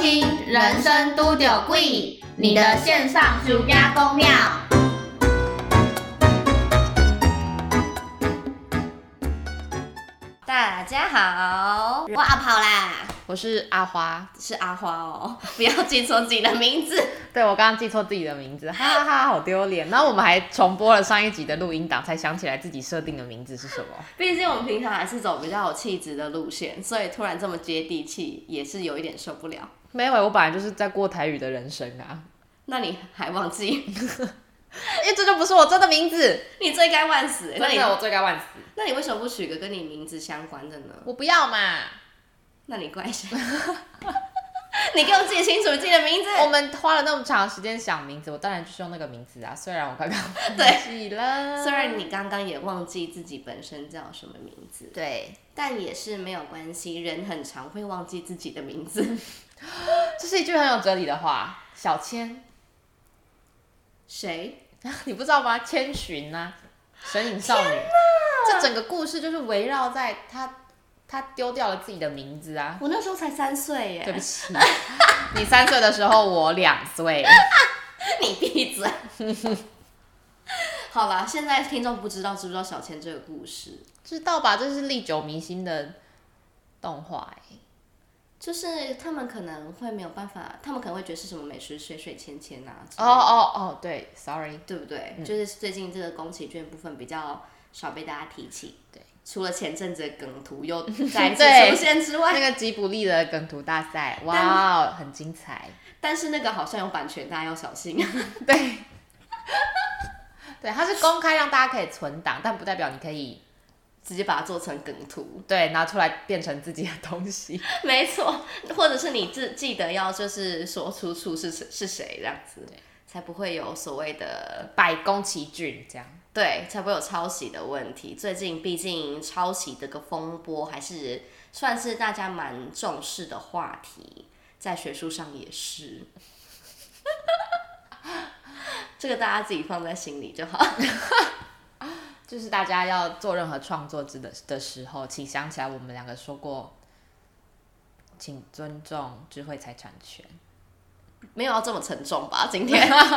听《人生都有贵》，你的线上暑假公庙。大家好，我阿跑啦，我是阿花。是阿花哦，不要记错自己的名字。对我刚刚记错自己的名字，哈哈哈，好丢脸。然后我们还重播了上一集的录音档，才想起来自己设定的名字是什么。毕竟我们平常还是走比较有气质的路线，所以突然这么接地气，也是有一点受不了。没有欸、我本来就是在过台语的人生啊，那你还忘记？ 因为这就不是我真的名字，你罪该万死、欸那真你的我罪该万死。那你为什么不取个跟你名字相关的呢？我不要嘛，那你怪谁？ 你给我记清楚自己的名字。我们花了那么长时间想名字，我当然就是用那个名字啊。虽然我刚刚对忘记了，虽然你刚刚也忘记自己本身叫什么名字，对，但也是没有关系，人很常会忘记自己的名字。 这是一句很有哲理的话。小千，谁？ 你不知道吗？千寻呐、神隐少女，这整个故事就是围绕在她，她丢掉了自己的名字啊。我那时候才三岁对不耶！起，你三岁的时候我两岁， 你闭嘴。好啦，现在听众不知道知不知道小千这个故事，知道吧？这是历久弥新的动画、欸，就是他们可能会没有办法，他们可能会觉得是什么美食水水芊芊啊，哦，嗯哦哦，对，sorry，对不对？就是最近这个宫崎骏部分比较少被大家提起，对，除了前阵子的梗图又再次 对出现之外，那个吉卜力的梗图大 赛，哇哦，很精彩，但是那个好像有版权，大家要小心。 对， 对，它是公开让大家可以存档，但不代表你可以直接把它做成梗图，对拿出来变成自己的东西。没错，或者是你自记得要就是说出处是是谁这样子，才不会有所谓的百宫崎骏这样，对，才不会有抄袭的问题。最近毕竟抄袭这个风波还是算是大家蛮重视的话题，在学术上也是。 这个大家自己放在心里就好。就是大家要做任何创作之的的时候，请想起来我们两个说过，请尊重智慧财产权。没有要这么沉重吧？今 天没有要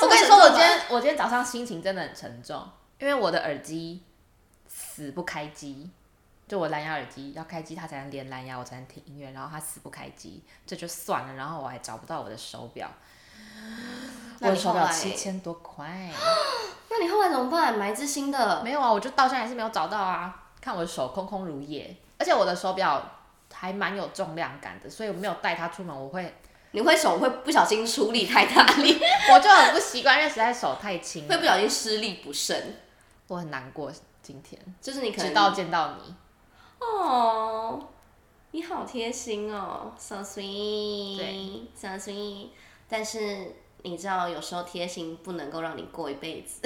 这我么跟你沉说，重我今吧天我今天早上心情真的很沉重，因为我的耳机死不开机，就我蓝牙耳机要开机它才能连蓝牙，我才能听音乐，然后它死不开机，这就算了，然后我还找不到我的手表，我那的你手后表来七千多块，那你后来怎么办？买一只新的？没有啊，我就到现在还是没有找到啊，看我的手空空如也，而且我的手表。还蛮有重量感的，所以我没有带它出门，我会 你会手会不小心出力太大力，我就很不习惯，因为实在手太轻 会了，不小心施力不慎，我很难过。今天就是你可直能到见到你，哦，你好贴心哦，so sweet，对，so sweet。但是你知道，有时候贴心不能够让你过一辈子。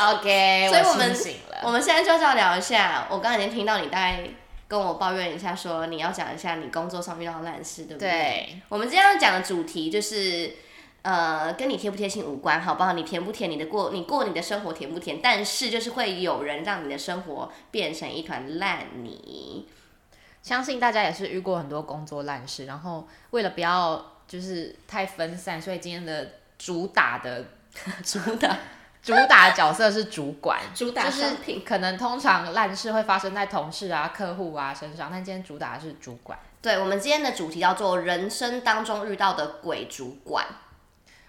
OK，所以我清们醒了。我们现在就是要聊一下，我刚才已经听到你大概跟我抱怨一下说你要讲一下你工作上遇到的烂事，对不对？对，我们今天要讲的主题就是，呃，跟你贴不贴心无关，好不好？你甜不甜，你的过你过你的生活甜不甜？但是就是会有人让你的生活变成一团烂泥，相信大家也是遇过很多工作烂事，然后为了不要就是太分散，所以今天的主打 的主打主打角色是主管，主就打是商品。可能通常烂事会发生在同事啊、客户啊身上，但今天主打的是主管。对，我们今天的主题叫做人生当中遇到的鬼主管。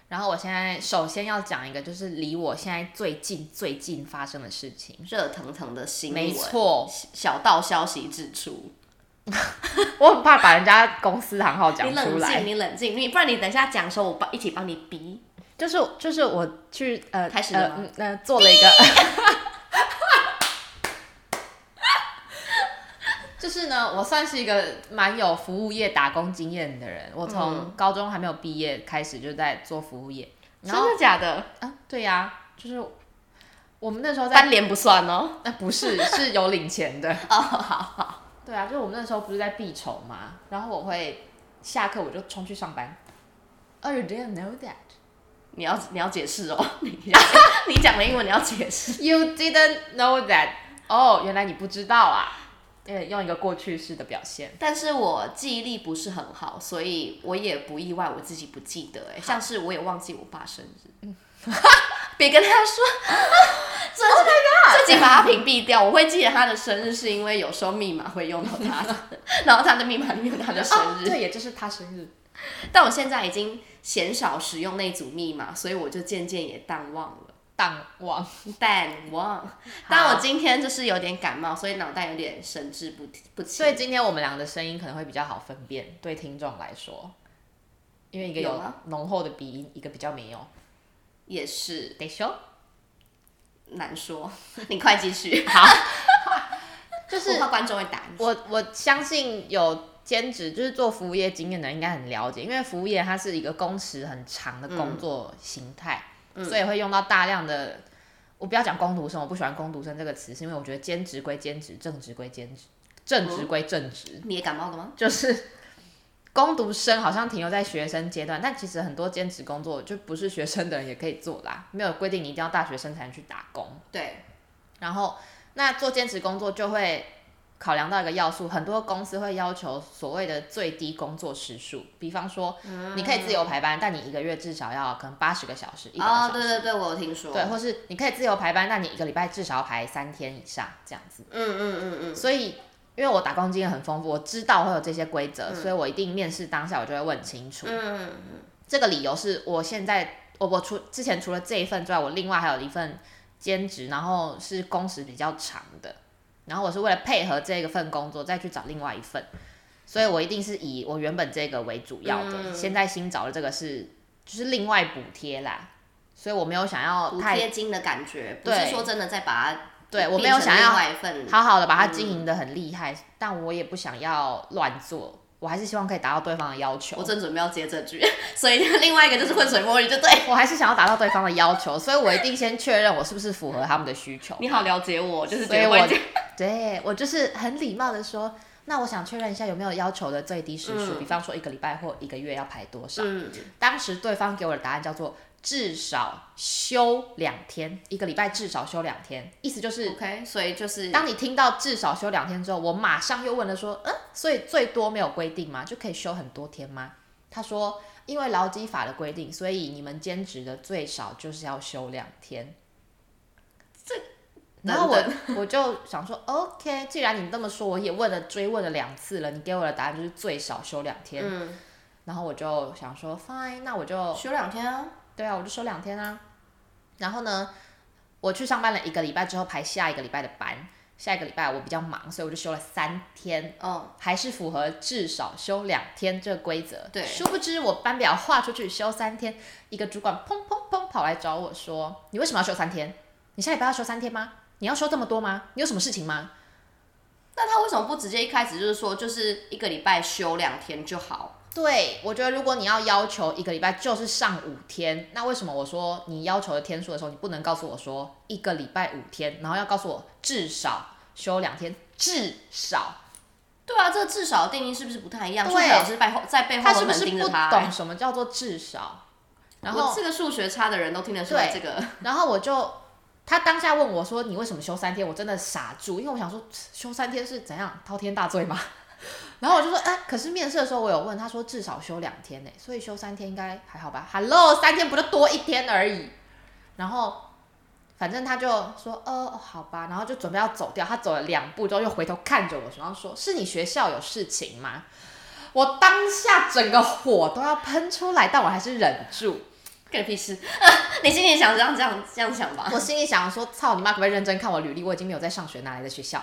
然后我现在首先要讲一个，就是离我现在最近最近发生的事情。热腾腾的新闻，没错，小道消息指出，我很怕把人家公司行号讲你出冷来静，，你冷静，你不然你等一下讲的时候，我帮一起帮你逼。就是就是我去呃开始了呃吗嗯呃做了一个， 就是呢，我算是一个蛮有服务业打工经验的人。我从高中还没有毕业开始就在做服务业，然后的假的？啊，对呀、就是我们那时候在，翻脸不算哦。那、不是是有领钱 的，哦，好好， 对啊，就是我们那时候不是在必筹嘛，然后我会下课我就冲去上班。Oh, you didn't know that. 你要你要解释哦， 你你讲的英文你要解释。 You didn't know that. 哦，原来你不知道啊。因为用一个过去式的表现。但是我记忆力不是很好，所以我也不意外我自己不记得、欸。哎，像是我也忘记我爸生日， 别跟他说， 这、oh、自己把他屏蔽掉。我会记得他的生日，是因为有时候密码会用到他，然后他的密 码里面有他的生哦、日。对，也就是他生日。但我现在已经鲜少使用那组密码，所以我就渐渐也淡忘了。淡忘，淡忘。但我今天就是有点感冒，所以脑袋有点神志不不清。所以今天我们俩的声音可能会比较好分辨，对听众来说，因为一个有有吗浓厚的鼻音，一个比较没有。也是得修，难说。 你快继续， 就是我怕观众会打你。我我相信有兼职就是做服务业经验的人应该很了解，因为服务业它是一个工时很长的工作形态，所以会用到大量的。我不要讲工读生，我不喜欢工读生这个词，是因为我觉得兼职归兼职，正职归正职，正职归正职，你也感冒了吗？就是工读生好像停留在学生阶段，但其实很多兼职工作就不是学生的人也可以做啦，没有规定你一定要大学生才能去打工。对，然后那做兼职工作就会考量到一个要素，很多公司会要求所谓的最低工作时数，比方说你可以自由排班，但你一个月至少要可能八十个小时，一百个小哦，时。对对对，我有听说。对，或是你可以自由排班，但你一个礼拜至少要排三天以上这样子。嗯嗯嗯嗯，所以，因为我打工经验很丰富，我知道会有这些规则，所以我一定面试当下我就会问清楚。嗯，这个理由是我现在我我除之前除了这一份之外，我另外还有一份兼职，然后是工时比较长的，然后我是为了配合这个份工作再去找另外一份，所以我一定是以我原本这个为主要的，嗯现在新找的这个是就是另外补贴啦，所以我没有想要补太贴金的感觉，不对是说真的再把它对我没变有成想要另外一份好好的把它嗯经营的很厉害，但我也不想要乱做，我还是希望可以达到对方的要求我。正准备要接这句， 所以另外一个就是浑水摸鱼，就对。我还是想要达到对方的要求，所以我一定先确认我是不是符合他们的需求。你好了解我，就是所觉以得我我对我就是很礼貌的说，那我想确认一下有没有要求的最低时数，比方说一个礼拜或一个月要排多少。嗯当时对方给我的答案叫做至少休两天，一个礼拜至少休两天，意思就是。 OK，所以就是当你听到至少休两天之后，我马上又问了说，嗯，所以最多没有规定吗？就可以休很多天吗？他说，因为劳基法的规定，所以你们兼职的最少就是要休两天。 这，然后我我就想说，OK，既然你这么说，我也问了追问了两次了，你给我的答案就是最少休两天。嗯然后我就想说，Fine，那我就休两天啊，对啊，我就休两天啊。然后呢，我去上班了一个礼拜之后，排下一个礼拜的班。下一个礼拜我比较忙，所以我就休了三天，哦，还是符合至少休两天这个规则。对殊不知我班表画出去休三天，一个主管砰砰砰跑来找我说：“你为什么要休三天？你下礼拜要休三天吗？你要休这么多吗？你有什么事情吗那他为什么不直接一开始就是说，就是一个礼拜休两天就好？？”对，我觉得如果你要要求一个礼拜就是上五天，那为什么我说你要求的天数的时候，你不能告诉我说一个礼拜五天，然后要告诉我至少休两天，至少对啊，这至少定义是不是不太一样？数对学老师背后在背后他是狠不狠是哎盯着不他、哎懂什么叫做至少？然后我这个数学差的人都听得出来对这个，然后我就他当下问我说：“你为什么休三天？”我真的傻住，因为我想说休三天是怎样滔天大罪吗？ 然后我就说：“哎、可是面试的时候我有问，他说至少休两天呢、所以休三天应该还好吧？”Hello，三天不就多一天而已。然后反正他就说：“哦，好吧。”然后就准备要走掉，他走了两步之后又回头看着我，然后说：“是你学校有事情吗？”我当下整个火都要喷出来，但我还是忍住。干你屁事！ 你心里想这样这样这样想 吧。我心里想说，操你妈，可不可以认真看我履历？我已经没有在上学，哪来的学 校？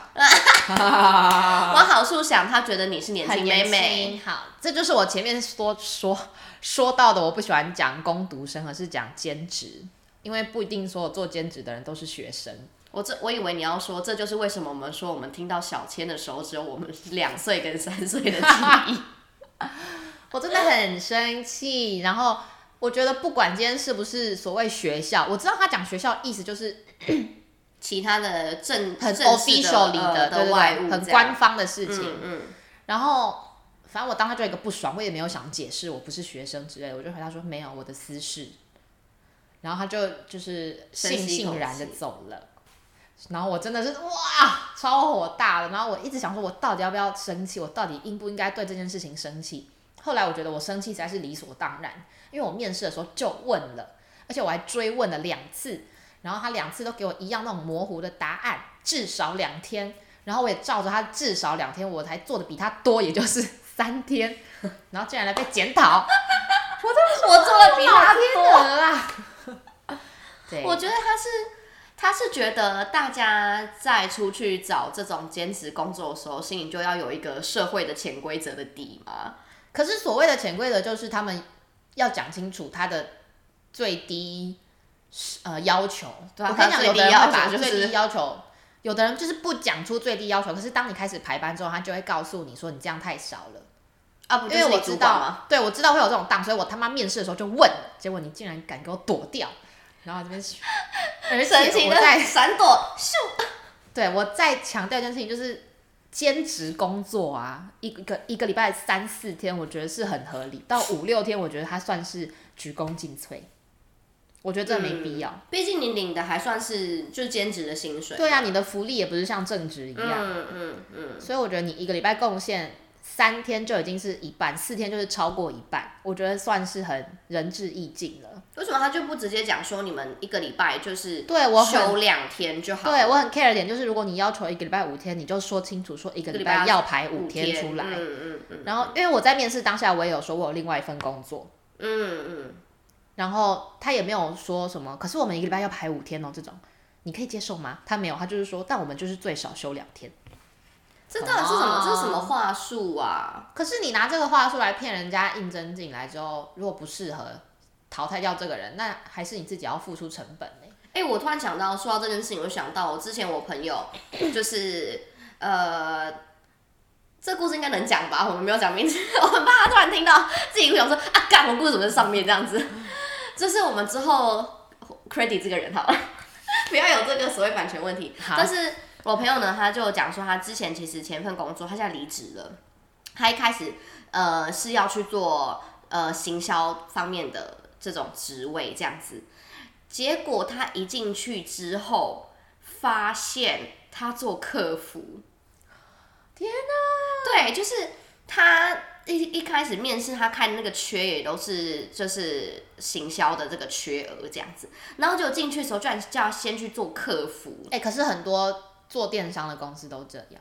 往好处想，他觉得你是年轻妹妹，妹，好，这就是我前面说说说到的，我不喜欢讲工读生，而是讲兼职，因为不一定所有做兼职的人都是学生。我这我以为你要说，这就是为什么我们说我们听到小千的时候，只有我们两岁跟三岁的记 忆。我真的很生气，然后我觉得不管今天是不是所谓学校，我知道他讲学校意思就是其他的正很正式 official 里呃对对的外物对，很这样官方的事情。嗯嗯，然后反正我当他就有一个不爽，我也没有想解释我不是学生之类的，我就回答说没有我的私事。然后他就就是悻深吸一口悻然的气走了。然后我真的是哇，超火大的。然后我一直想说，我到底要不要生气？我到底应不应该对这件事情生气？后来我觉得我生气实在是理所当然，因为我面试的时候就问了，而且我还追问了两次，然后他两次都给我一样那种模糊的答案，至少两天。然后我也照着他至少两天，我才做的比他多，也就是三天。 然后竟然来被检 讨， 我做了比他天多。鹅啊！ 对，我觉得他是他是觉得大家在出去找这种兼职工作的时候，心里就要有一个社会的潜规则的底嘛。可是所谓的潜规则就是他们要讲清楚他的最低呃要求。对啊我跟你讲，他的有最低的人会要把求就最是低要求，有的人就是不讲出最低要求。可是当你开始排班之后，他就会告诉你说你这样太少了。啊，不因就为是我你知主管吗？道，对我知道会有这种档，所以我他妈面试的时候就问了，结果你竟然敢给我躲掉，然后这边， 而神且奇我的在闪躲，咻！对，我再强调一件事情，就是兼职工作啊，一个一个礼拜三四天，我觉得是很合理。到五六天，我觉得它算是鞠躬尽瘁。我觉得这没必要。毕竟你领的还算是就是兼职的薪水。对啊，你的福利也不是像正职一样，嗯嗯嗯，所以我觉得你一个礼拜贡献三天就已经是一半，四天就是超过一半，我觉得算是很仁至义尽了。为什么他就不直接讲说你们一个礼拜就是对我很休两天就好了？对我很 care 的点就是，如果你要求一个礼拜五天，你就说清楚，说一个一个礼礼拜拜要排五五天出来。嗯嗯嗯然后，因为我在面试当下，我也有说我有另外一份工作，嗯然后他也没有说什么。可是我们一个礼拜要排五天哦，这种你可以接受吗？他没有，他就是说，但我们就是最少休两天。嗯，这到底是什么？哦这是什么话术啊？可是你拿这个话术来骗人家应征进来之后，如果不适合淘汰掉这个人，那还是你自己要付出成本欸呢、哎、我突然想到，说到这件事情，我就想到我之前我朋友就是呃，这故事应该能讲吧？我们没有讲名字， 我很怕他突然听到自己想说啊，干我故事怎么在上面这样子？就是我们之后 credit 这个人好了，不要有这个所谓版权问题。好但是我朋友呢，他就讲说，他之前其实前一份工作，他现在离职了，他一开始呃是要去做呃行销方面的这种职位这样子。结果他一进去之后，发现他做客服。天哪！对，就是他一一开始面试，他看那个缺也都是就是行销的这个缺额这样子，然后就进去的时候，居然叫他先去做客服。哎、可是很多做电商的公司都这样。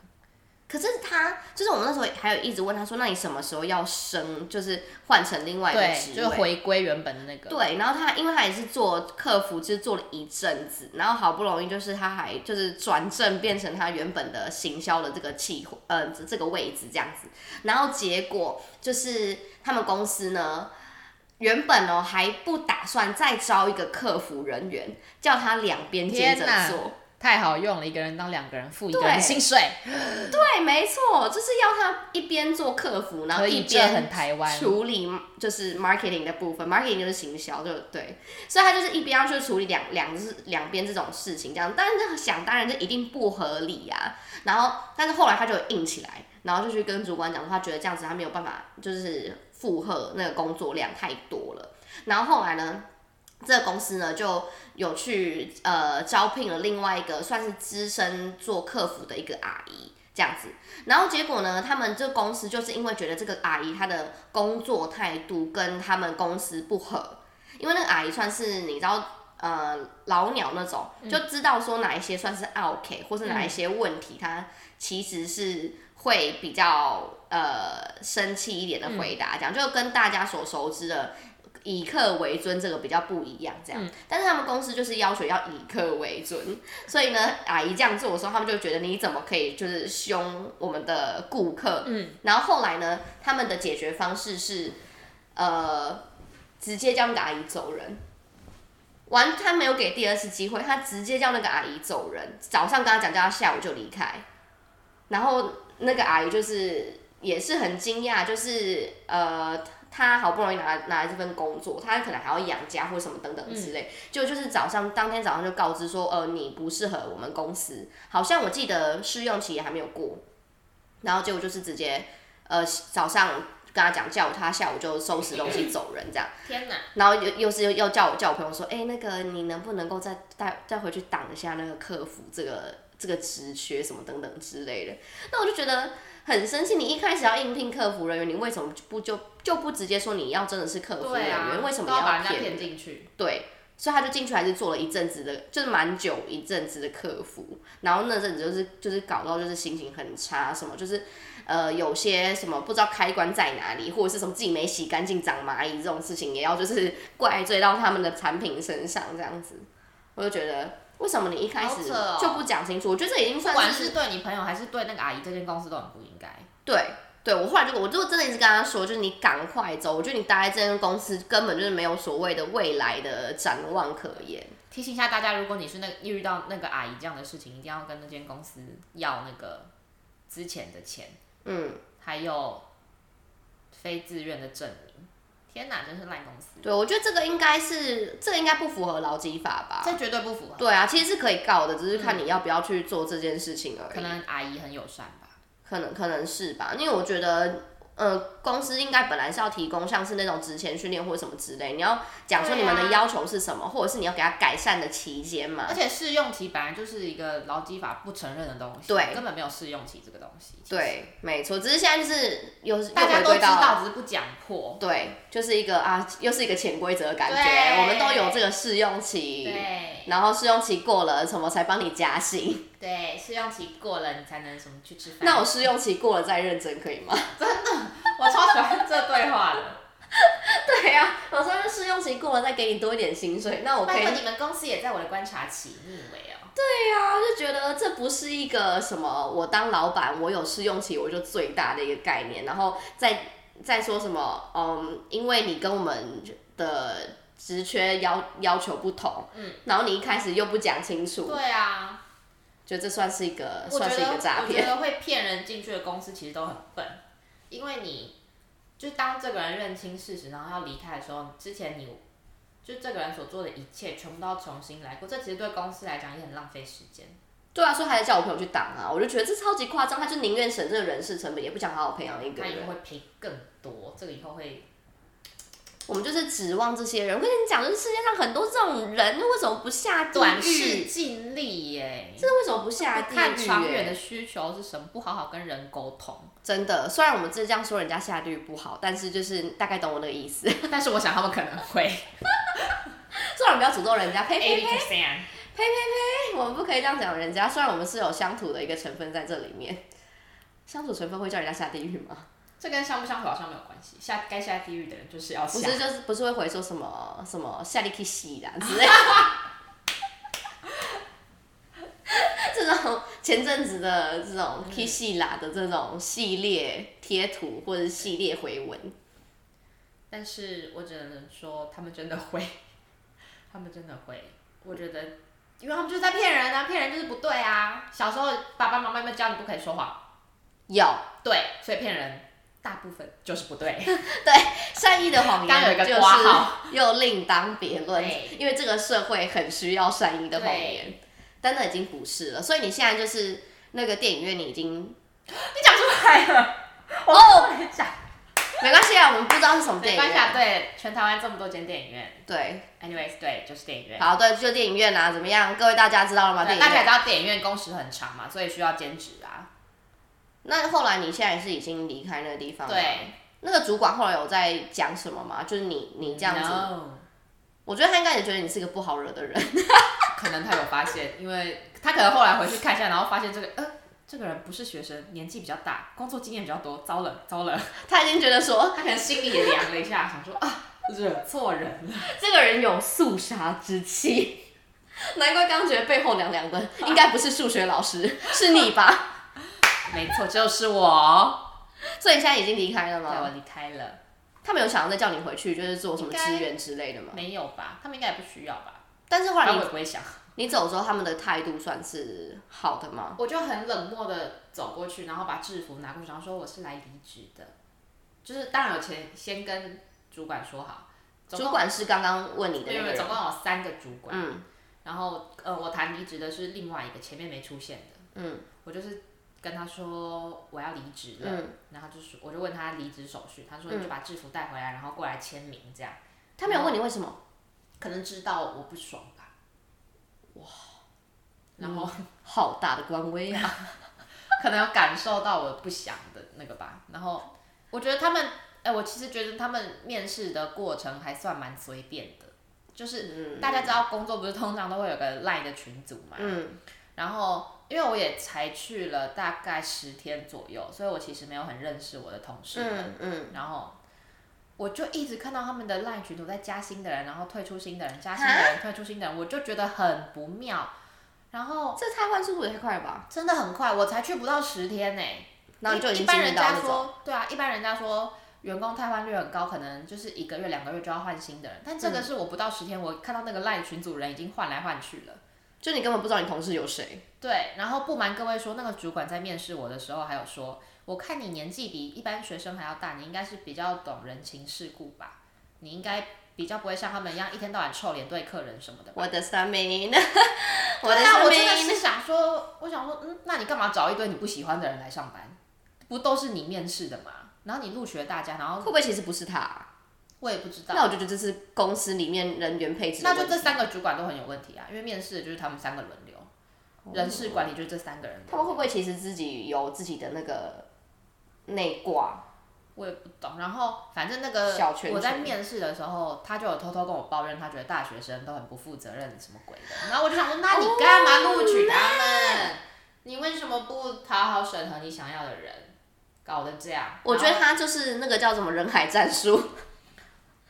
可是他就是我们那时候还有一直问他说，那你什么时候要升，就是换成另外一个对，职就是位？回归原本的那个。对，然后他因为他也是做客服，就是做了一阵子，然后好不容易就是他还就是转正变成他原本的行销的这个气呃这这个位置这样子，然后结果就是他们公司呢。原本哦还不打算再招一个客服人员，叫他两边接天着哪做。太好用了，一个人当两个人付一个对人薪水，对，没错，就是要他一边做客服，然后可一以这边很台湾。处理就是 marketing 的部分，marketing 就是行销，就对，所以他就是一边要去处理两两是两边这种事情，这样，但是想当然这一定不合理呀、然后，但是后来他就硬起来，然后就去跟主管讲说，他觉得这样子他没有办法，就是负荷那个工作量太多了。然后后来呢，这个公司呢就有去呃招聘了另外一个算是资深做客服的一个阿姨这样子，然后结果呢，他们这公司就是因为觉得这个阿姨她的工作态度跟他们公司不合，因为那个阿姨算是你知道呃老鸟那种，就知道说哪一些算是 OK，或是哪一些问题，她其实是会比较呃生气一点的回答，这样就跟大家所熟知的。以客为尊这个比较不一样，这样，但是他们公司就是要求要以客为尊，所以呢，阿姨这样做的时候，他们就觉得你怎么可以就是凶我们的顾客？嗯，然后后来呢，他们的解决方式是，呃，直接叫那个阿姨走人。完，他没有给第二次机会，他直接叫那个阿姨走人。早上跟他讲，叫他下午就离开。然后那个阿姨就是也是很惊讶，就是呃，她好不容易拿拿来这份工作，她可能还要养家或什么等等之类，就就是早上当天早上就告知说，呃，你不适合我们公司，好像我记得试用期也还没有过，然后结果就是直接呃早上跟他讲，叫他下午就收拾东西走人这样。天哪，然后又又是又叫我叫我朋友说，哎、那个你能不能够再带再回去挡一下那个客服这个这个职缺什么等等之类的。那我就觉得很生气，你一开始要应聘客服人员，你为什么不就就不直接说你要真的是客服人对员？啊，为什么都要把人家骗骗进去？对，所以他就进去还是做了一阵子的，就是蛮久一阵子的客服，然后那阵子就是就是搞到就是心情很差，什么就是呃有些什么不知道开关在哪里，或者是什么自己没洗干净长蚂蚁这种事情，也要就是 怪罪到他们的产品身上这样子，我就觉得。为什么你一开好始扯哦就不讲清楚？我觉得这已经不算管是对你朋友还是对那个阿姨，这间公司都很不应该。对对，我后来就我就真的一直跟他说，就是你赶快走，我觉得你待在这间公司根本就是没有所谓的未来的展望可言。提醒一下大家，如果你是那个遇到那个阿姨这样的事情，一定要跟那间公司要那个之前的钱，嗯，还有非自愿的证明。天哪，真是烂公司，对，我觉得这个应该是，这个应该不符合劳基法吧？这绝对不符合。对啊，其实是可以告的，只是看你要不要去做这件事情而已。可能阿姨很友善吧，可能可能是吧，因为我觉得，呃，公司应该本来是要提供像是那种职前训练或者什么之类，你要讲说你们对的啊要求是什么，或者是你要给他改善的期间嘛而。且试用期本来就是一个劳基法不承认的东西，对根本没有试用期这个东西。其实，对，没错，只是现在就是有又大家回都归知到道，只是不讲破。对，就是一个啊，又是一个潜规则的感对觉，我们都有这个试用期，对然后试用期过了，什么才帮你加薪。对，试用期过了，你才能什么去吃饭。那我试用期过了再认真可以吗？ 我超喜欢这对话 的。对啊呀、我说那试用期过了再给你多一点薪水，那我可拜以。托，你们公司也在我的观察期，你以为哦？对呀、就觉得这不是一个什么我当老板我有试用期我就最大的一个概念，然后再再说什么嗯，因为你跟我们的职缺要要求不同，嗯，然后你一开始又不讲清楚，对啊，觉得这算是一个我觉算是一得个诈我觉骗。得会骗人进去的公司其实都很笨，因为你就当这个人认清事实，然后要离开的时候，之前你就这个人所做的一切全部都要重新来过，这其实对公司来讲也很浪费时间。对啊，所以还叫我朋友去挡啊，我就觉得这超级夸张，他就宁愿省这个人事成本，也不想好好培养一个他以人。后会赔更多，这个以后会我们就是指望这些人。我跟你讲，就是世界上很多这种人，为什么不下地短视狱？近利耶。真的为什么不下地狱、看长远的欸需求是什么，不好好跟人沟通。 真的，虽然我们这样说人家下地狱不好，但是就是大概懂我那个意思。 但是我想他们可能 会虽然我们不要诅咒人家，呸呸 eighty 呸， percent。我们不可以这样讲人家。虽然我们是有相处的一个成分在这里面，相处成分会叫人家下地狱吗？这跟相不相处好像没有关系，下该下地狱的人就是要不下。是，就是不是会回说什么什么下地去洗啦之 类的。这种前阵子的这种 K 系啦的这种系列贴图或者是系列回文，但是我只能说，他们真的会， 他们真的会。我觉得，因为他们就是在骗人啊，骗人就是不对啊。小时候爸爸妈妈有没有教你不可以说谎？有对，所以骗人大部分就是不对。善意的谎刚有一言个就是挂号又另当别论对，因为这个社会很需要善意的谎对言，但那已经不是了。所以你现在就是那个电影院，你已经 你讲出来了，哦，讲没关系啊，我们不知道是什么没电影关系院啊。。对，全台湾这么多间电影院对， ，anyways，对，就是电影院。好，对，就电影院啊，怎么样？各位大家知道了吗？对电大家也影院知。道电影院工时很长嘛，所以需要兼职啊。那后来你现在是已经离开那个地方了？。对，那个主管后来有在讲什么吗？就是你你这样子嗯 No 我觉得他应该也觉得你是个不好惹的人。 可能他有发现，因为他可能后来回去看一下，然后发现这个呃，这个人不是学生，年纪比较大，工作经验比较多，糟了糟了，他已经觉得说他可能心里也凉了一下，想说啊，惹错人了。这个人有肃杀之气， 难怪刚觉得背后凉凉的，应该不是数学老师，是你吧？ 没错，就是我，所以你现在已经离开了对，我吗？离开了，他们有想要再叫你回去，就是做什么应该支援之类的吗？没有吧？他们应该也不需要吧？但是后反来正你我也不会想，你走之后，他们的态度算是好的吗？我就很冷漠的走过去，然后把制服拿过去，然后说我是来离职的，就是当然有前先跟主管说好，总主共管是刚刚问你的没有那没有，个总人，共有三个主管。嗯，然后呃，我谈离职的是另外一个前面没出现的，嗯，我就是跟他说我要离职了，嗯，然后就说我就问他离职手续，他说你就把制服带回来，然后过来签名这样。他没有问你为什么，可能知道我不爽吧。哇，然后、好大的官威啊！ 可能有感受到我不想的那个吧。然后我觉得他们，哎、我其实觉得他们面试的过程还算蛮随便的，就是大家知道工作不是通常都会有个 line 的群组嘛，嗯，然后因为我也才去了大概十天左右，所以我其实没有很认识我的同事们，嗯嗯，然后。我就一直看到他们的 line 群组在加新的人，然后退出新的人，加新的人，退出新的人，我就觉得很不妙。然后这太换速度也太快了吧？真的很快，我才去不到十天呢、然后你就已一经一进般入人到家那种，说，对啊，一般人家说员工汰换率很高，可能就是一个月、两个月就要换新的人，但这嗯个是我不到十天，我看到那个赖群组人已经换来换去了。就你根本不知道你同事有谁，对，然后不瞒各位说，那个主管在面试我的时候还有说，我看你年纪比一般学生还要大，你应该是比较懂人情世故吧？你应该比较不会像他们一样一天到晚臭脸对客人什么的吧。我的三 名，啊我对的啊，三我真的名，是想说，我想说，嗯，那你干嘛找一堆你不喜欢的人来上班？不都是你面试的嘛？然后你录取了大家，然会后不会其实不是他啊？我也不知道，那我就觉得这是公司里面人员配置的那就问这题。三个主管都很有问题啊，因为面试的就是他们三个轮流，人事管理就是这三个人。他们会不会其实自己有自己的那个内挂？我也不懂。然后反正那个小圈圈我在面试的时候，他就有偷偷跟我抱怨，他觉得大学生都很不负责任，什么鬼的。然后我就想说，那你干嘛录取他们？你为什么不讨好审核你想要的人？搞得这样，我觉然得后他就是那个叫什么人海战术，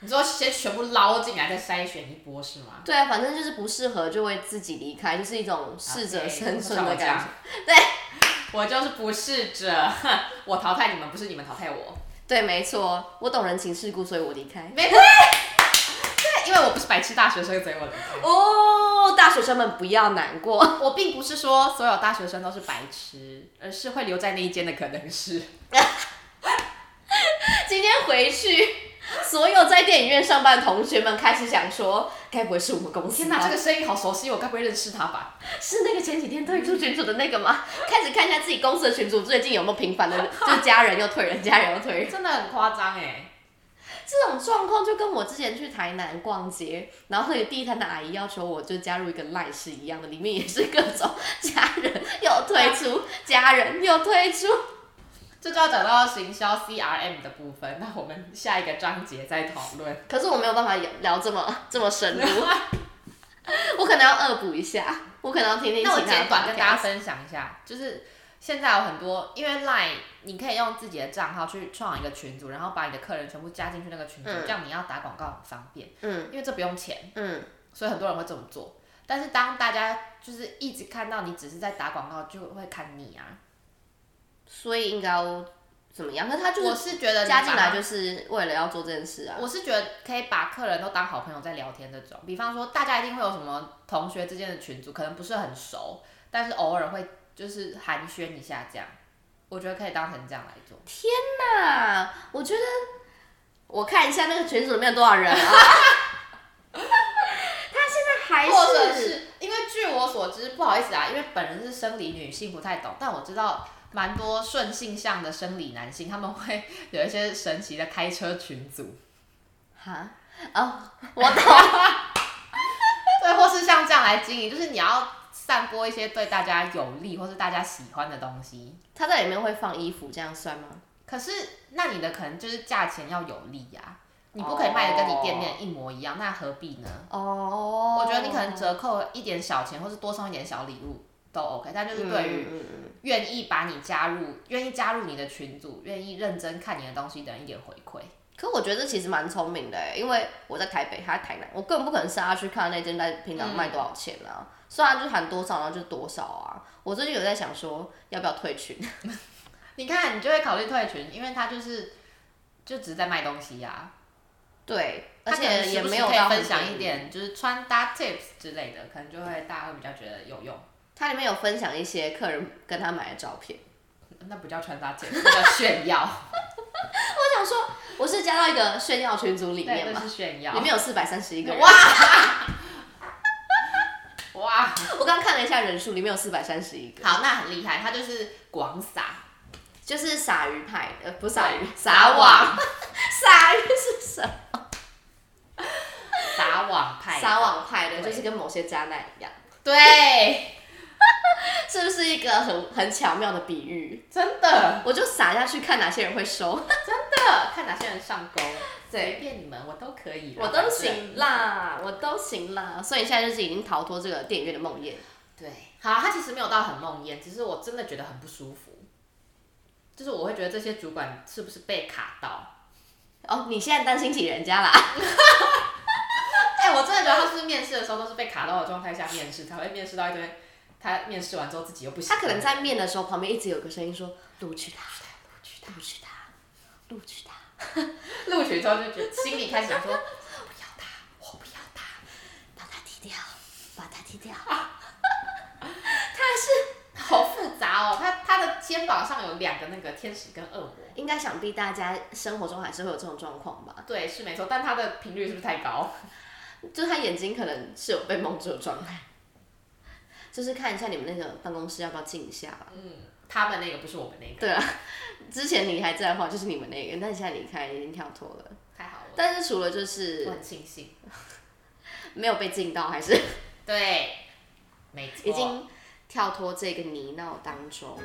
你说先全部捞进来，再筛选一波是吗？ 对啊，反正就是不适合就会自己离开，就是一种啊适哎者生存的感 觉。觉。对，我就是不适者，我淘汰你们，不是你们淘汰我。对，没错，我懂人情世故，所以我离开。对，因为我不是白痴大学生，所以我离开。哦，大学生们不要难过。 我并不是说所有大学生都是白痴，而是会留在那一间的可能是。今天回去， 所有在电影院上班的同学们开始想说，该不会是我们公司 天吧？哪，这个声音好熟悉，我该不会认识他吧？是那个前几天退出群组的那个吗？ 开始看一下自己公司的群组最近有没有频 繁的，就是家人又退人，家人又退人。真的很夸张哎！这种状况就跟我之前去台南逛街，然后那个地摊的阿姨要求我就加入一个赖是一样的，里面也是各种家人又退出，家人又退出。这就要讲到行销 CRM 的部分，那我们下一个章节再讨 论。可是我没有办法聊聊这么这么深入， 我可能要恶补一下，我可能要听听其那他我的 podcast。简短跟大家分享一下，就是现在有很多，因为 Line 你可以用自己的账号去创一个群组，然后把你的客人全部加进去那个群组，嗯这样你要打广告很方便，嗯因为这不用钱，嗯，所以很多人会这么做。但是当大家就是一直看到你只是在打广告，就会看你啊。所以应该要怎么样？可是他就我是是觉得你加进把来就是为了要做这件事啊。我是觉得可以把客人都当好朋友在聊天这种，比方说大家一定会有什么同学之间的群组，可能不是很熟，但是偶尔会就是寒暄一下这样，我觉得可以当成这样来做。那我觉得，我看一下那个群组里面有多少 人啊？他现在或者还是因为据我所知，不好意思啊，因为本人是生理女性不太懂，但我知道蛮多顺性向的生理男性，他们会 有一些神奇的开车群组，哈哦，我懂，对，或是像这样来经营，就是你要散播一些对大家有利或是大家喜欢的东西。他在里面会放衣服，这样算吗？可是，那你的可能就是价钱要有利呀、你不可以卖的跟你店面一模一样，那何必呢？哦我觉得你可能折扣一点小钱，或是多送一点小礼物都 OK，但就是对于嗯嗯嗯愿意把你加入、愿意加入你的群组、愿意认真看你的东西的人一点回馈。可我觉得这其实蛮聪明的欸，因为我在台北，他在台南，我根本不可能杀去看那间在平常卖多少钱啊。嗯虽然就喊多少，然后就多少啊。我最近有在想说，要不要退群？ 你看，你就会考虑退群，因为他就是就只是在卖东西呀、对，他而可能且时也不时没有可以到分很享便一宜点就是穿搭 tips 之类的，可能就会大家会比较觉得有用。它里面有分享一些客人跟他买的照片。那不叫穿搭 tips，那叫炫耀。 我想说，我是加到一个炫耀群组里对，面那嘛，是炫耀里。面有四百三十一个人。 哇哇！我刚看了一下人数，里面有四百三十一个，好，那很厉害，他就是广撒就是撒鱼派，呃，不是撒鱼，撒网网，撒鱼是什么？撒网派，撒网派的，对就是跟某些渣男一样，对， 是不是一个很很巧妙的比喻？真的我就撒下去看哪些人会收，真的，看哪些人上钩，随对便你们，我都可以啦，我都反正行 啦，我都行啦，所以现在就是已经逃脱这个电影院的梦魇。对，好，他其实没有到很梦魇，只是我真的觉得很不舒服，就是我会觉得这些主管是不是被卡到？哦，你现在担心起人家 啦？哎、我真的觉得他是不是面试的时候都是被卡到的状态下面试，才会面试到一堆，他面试完之后自己又不行，他可能在面的时候，旁边一直有个声音说：“录取他，录取他，录取他，录取他。”录取之后就觉得心里开始想说，不要他，我不要他，把他踢掉，把他踢掉。好复杂哦，他他的肩膀上有两个那个天使跟恶魔。应该想必大家生活中还是会有这种状况吧？对，是没错，但他的频率是不是太高？就是他眼睛可能是有被蒙住的状态。就是看一下你们那个办公室要不要静一下吧。嗯他们那个不是我们那个，对啊，之前你还在的话，就是你们那个，但现在离开已经跳脱了。太好了，但是除了就我是很庆幸。没有被禁到，还是对，没错，已经跳脱这个泥淖当中。